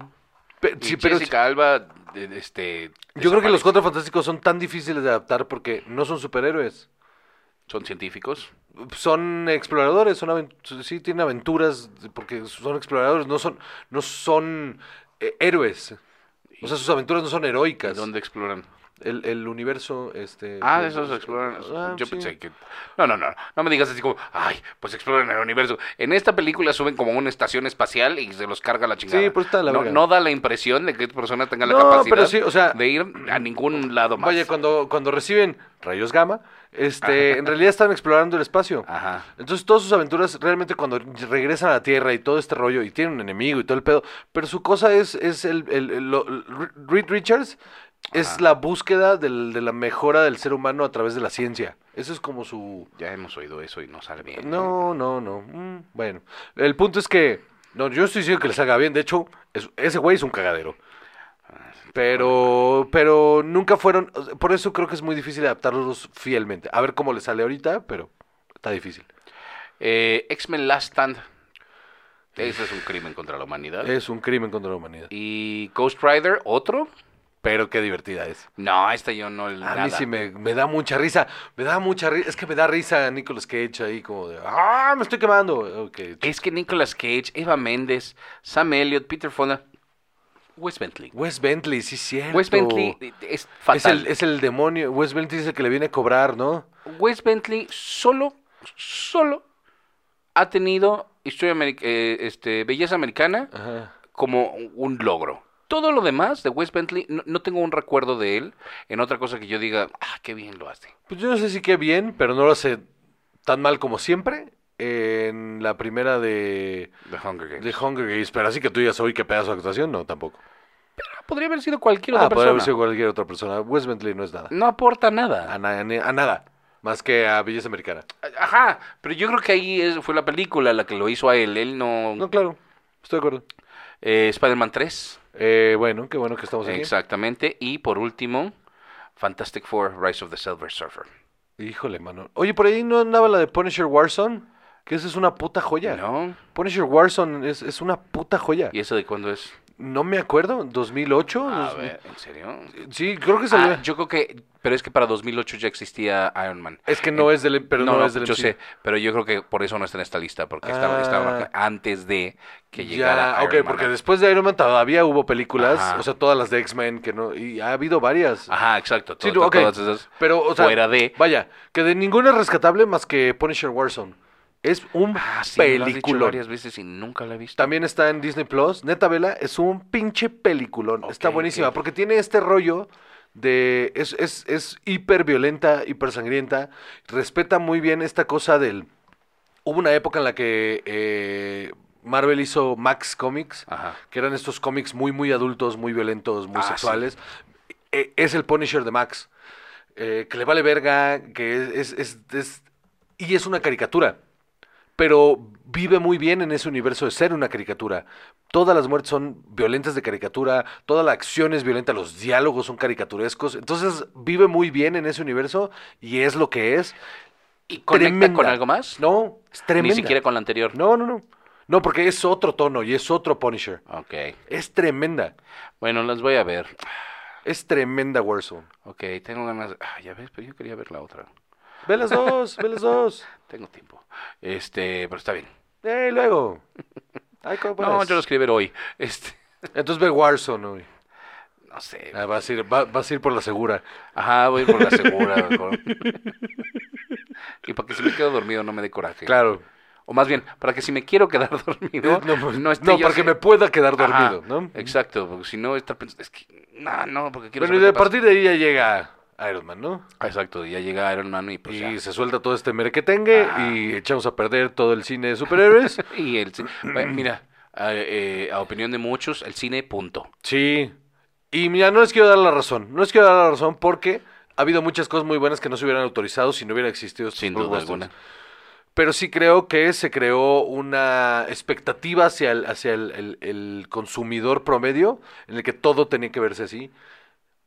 S2: Pe-
S3: Y
S2: sí, pero
S3: Jessica Alba, de- de- este...
S2: yo creo que los
S3: desaparece.
S2: cuatro fantásticos son tan difíciles de adaptar porque no son superhéroes.
S3: Son científicos.
S2: Son exploradores, son avent- sí tienen aventuras porque son exploradores, no son, no son eh, héroes. O sea, sus aventuras no son
S3: ¿Y
S2: heroicas.
S3: dónde exploran?
S2: El, el universo, este...
S3: Ah,
S2: pues,
S3: esos exploran.
S2: ah,
S3: Yo
S2: sí.
S3: pensé que. No, no, no. No me digas así como, ay, pues exploran el universo. En esta película suben como a una estación espacial y se los carga la chingada.
S2: Sí, pues está la
S3: no,
S2: verga.
S3: no da la impresión de que esta persona tenga la
S2: No,
S3: capacidad
S2: pero sí, o sea-
S3: de ir a ningún lado más.
S2: Vaya, cuando, cuando reciben rayos gamma, este,
S3: [LAUGHS]
S2: en realidad están explorando el espacio.
S3: Ajá.
S2: Entonces todas sus aventuras realmente cuando regresan a la Tierra y todo este rollo y tienen un enemigo y todo el pedo, pero su cosa es, es el, el- el- lo- Reed Richards es
S3: Ajá.
S2: la búsqueda del- de la mejora del ser humano a través de la ciencia. Eso es como su...
S3: Ya hemos oído eso y no sale bien.
S2: No, no, no. Mm, bueno, el punto es que... No, yo estoy diciendo que les haga bien. De hecho, es- ese güey es un cagadero. Pero, pero nunca fueron... o sea, Por eso creo que es muy difícil adaptarlos fielmente. A ver cómo les sale ahorita, pero está difícil.
S3: Eh, X-Men Last Stand. Ese es un crimen contra la humanidad.
S2: Es un crimen contra la humanidad.
S3: Y Ghost Rider, otro.
S2: Pero qué divertida es.
S3: No, esta yo no.
S2: A mí sí me, me da mucha risa. Me da mucha risa. Es que me da risa Nicolas Cage ahí como de... ¡Ah, me estoy quemando! Ok,
S3: Es que Nicolas Cage, Eva Méndez, Sam Elliott, Peter Fonda, Wes Bentley.
S2: Wes Bentley, sí cierto.
S3: Wes Bentley
S2: Es
S3: es fatal.
S2: el, es el demonio. Wes Bentley es el que le viene a cobrar, ¿no?
S3: Wes Bentley solo, solo ha tenido historia ameri- eh, este, belleza americana
S2: Ajá.
S3: como un logro. Todo lo demás de Wes Bentley, no, no tengo un recuerdo de él en otra cosa que yo diga, ah, qué bien lo hace.
S2: Pues yo no sé si qué bien, pero no lo hace tan mal como siempre en la primera de,
S3: The Hunger Games.
S2: de Hunger Games. Pero así que tú digas, hoy qué pedazo de actuación, no, tampoco.
S3: Podría haber sido cualquier otra
S2: Ah, podría haber
S3: persona.
S2: sido cualquier otra persona. Wes Bentley no es nada.
S3: No aporta
S2: A,
S3: nada.
S2: na- ni- a nada. Más que a Belleza Americana.
S3: Ajá, pero yo creo que ahí es- fue la película la que lo hizo a él. Él no...
S2: No, claro. Estoy de acuerdo.
S3: Eh, Spider-Man 3.
S2: Eh, bueno, qué bueno que estamos aquí.
S3: Exactamente. Y por último, Fantastic Four, Rise of the Silver Surfer.
S2: Híjole, mano. Oye, por ahí no andaba la de Punisher Warzone. Que esa es una puta joya.
S3: ¿No?
S2: Punisher Warzone es, es una puta joya.
S3: ¿Y eso de cuándo es?
S2: No me acuerdo, ¿2008?
S3: A
S2: Dos-
S3: ver, ¿en serio?
S2: Sí, creo que salió.
S3: Ah, yo creo que... Pero es que para 2008 ya existía Iron Man.
S2: Es que no es del... Pero Eh, no, es del
S3: yo
S2: MCU.
S3: sé, pero yo creo que por eso no está en esta lista, porque estaba,
S2: Ah.
S3: estaba marca- antes de que
S2: Ya,
S3: llegara Iron
S2: ok,
S3: Man.
S2: porque después de Iron Man todavía hubo películas,
S3: Ajá.
S2: o sea, todas las de X-Men, que no, y ha habido varias.
S3: Ajá, exacto.
S2: Sí,
S3: to-
S2: no,
S3: to-
S2: ok.
S3: todas esas.
S2: Pero, o sea,
S3: fuera de-
S2: vaya, que de ninguna es rescatable más que Punisher Warzone. Es un
S3: Ah, sí, me lo has dicho
S2: peliculón.
S3: varias veces y nunca la he visto.
S2: También está en Disney Plus. Neta Vela es un pinche peliculón.
S3: Ok,
S2: está buenísima
S3: ok.
S2: porque tiene este rollo de. Es, es, es hiper violenta, hiper sangrienta. Respeta muy bien esta cosa del. Hubo una época en la que eh, Marvel hizo Max Comics,
S3: Ajá.
S2: que eran estos cómics muy, muy adultos, muy violentos, muy
S3: Ah, sí.
S2: sexuales. E- es el Punisher de Max. eh, que le vale verga, que es- es- es- es y es una caricatura pero vive muy bien en ese universo de ser una caricatura. Todas las muertes son violentas de caricatura, toda la acción es violenta, los diálogos son caricaturescos. Entonces vive muy bien en ese universo y es lo que es.
S3: ¿Y conecta
S2: Tremenda.
S3: con algo más?
S2: No, es tremenda.
S3: Ni siquiera con la anterior.
S2: No, no, no. No, porque es otro tono y es otro Punisher.
S3: Ok.
S2: Es tremenda.
S3: Bueno, las voy a ver.
S2: Es tremenda Warzone.
S3: Ok, tengo ganas. Ah, ya ves, pero yo quería ver la otra.
S2: Ve las dos, ve las
S3: [LAUGHS]
S2: dos.
S3: Tengo tiempo. Este, pero está bien.
S2: Eh, luego. Ay, cómo
S3: No,
S2: buenas.
S3: yo los quería ver hoy. Este,
S2: Entonces ve Warzone hoy.
S3: no sé.
S2: Ah, vas, a ir, va- vas a ir por la segura.
S3: Ajá, voy por la segura.
S2: [LAUGHS]
S3: mejor. y para que si me quedo dormido no me dé coraje.
S2: Claro.
S3: O más bien, para que si me
S2: [LAUGHS]
S3: quiero quedar dormido,
S2: Eh,
S3: no,
S2: pues,
S3: esté
S2: no,
S3: yo
S2: para que
S3: así-
S2: me pueda quedar
S3: Ajá,
S2: dormido, ¿no?
S3: Exacto, porque si no estar pensando, es que, no, no, porque quiero
S2: Bueno, y
S3: saber
S2: de
S3: qué pasa.
S2: partir de ahí ya llega Iron Man, ¿no?
S3: Ah, Exacto, ya llega Iron Man y pues
S2: y
S3: ya.
S2: se suelta todo este merequetengue
S3: Ajá.
S2: y echamos a perder todo el cine de
S3: [LAUGHS]
S2: superhéroes.
S3: [LAUGHS] Y el ci- Bueno, mira, a, eh, a opinión de muchos, el cine, punto.
S2: sí. Y mira, no les quiero dar la razón. No les quiero dar la razón porque ha habido muchas cosas muy buenas que no se hubieran autorizado si no hubiera existido estos
S3: Sin duda
S2: blockbusters.
S3: alguna.
S2: Pero sí creo que se creó una expectativa hacia el, hacia el, el- el consumidor promedio, en el que todo tenía que verse así.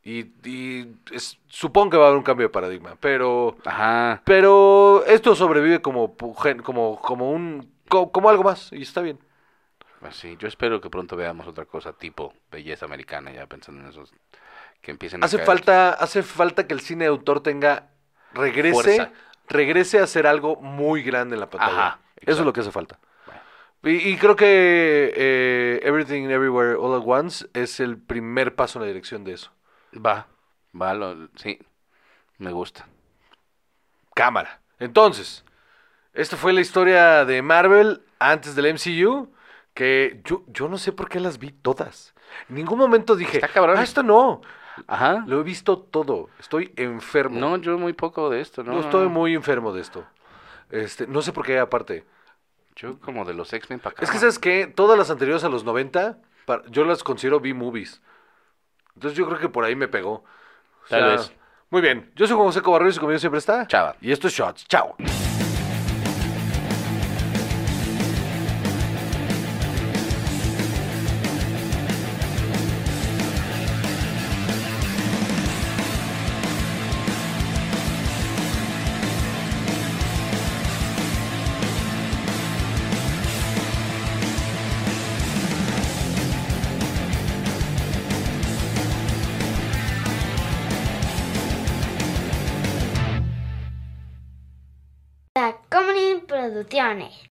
S2: Y, y es- supongo que va a haber un cambio de paradigma, pero,
S3: Ajá.
S2: pero esto sobrevive como, pu- gen- como, como, un, co- como algo más, y está bien.
S3: Pues sí, yo espero que pronto veamos otra cosa tipo belleza americana, ya pensando en esos que empiecen a
S2: Hace
S3: caer.
S2: falta, hace falta que el cine de autor tenga, regrese,
S3: Fuerza.
S2: regrese a hacer algo muy grande en la pantalla.
S3: Ajá,
S2: Eso es
S3: exacto.
S2: lo que hace falta.
S3: Bueno.
S2: Y, y creo que eh, Everything Everywhere All at Once es el primer paso en la dirección de eso.
S3: Va, va, lo- sí, me gusta.
S2: Cámara. Entonces, esta fue la historia de Marvel antes del MCU. Que yo, yo no sé por qué las vi todas. En ningún momento dije,
S3: Está cabrón.
S2: ah, esta no.
S3: Ajá.
S2: Lo he visto todo. Estoy enfermo.
S3: No, yo muy poco de esto, ¿no?
S2: No, estoy muy enfermo de esto. Este, no sé por qué, aparte.
S3: Yo como de los X-Men para acá.
S2: Es que, ¿sabes qué? Todas las anteriores a los 90, par- yo las considero B-movies. Entonces yo creo que por ahí me pegó. O
S3: Tal vez.
S2: Muy bien. Yo soy Juan José Cobarrubias y conmigo siempre está...
S3: Chava.
S2: Y esto es Shots. Chao.
S1: Tacomunin Producciones.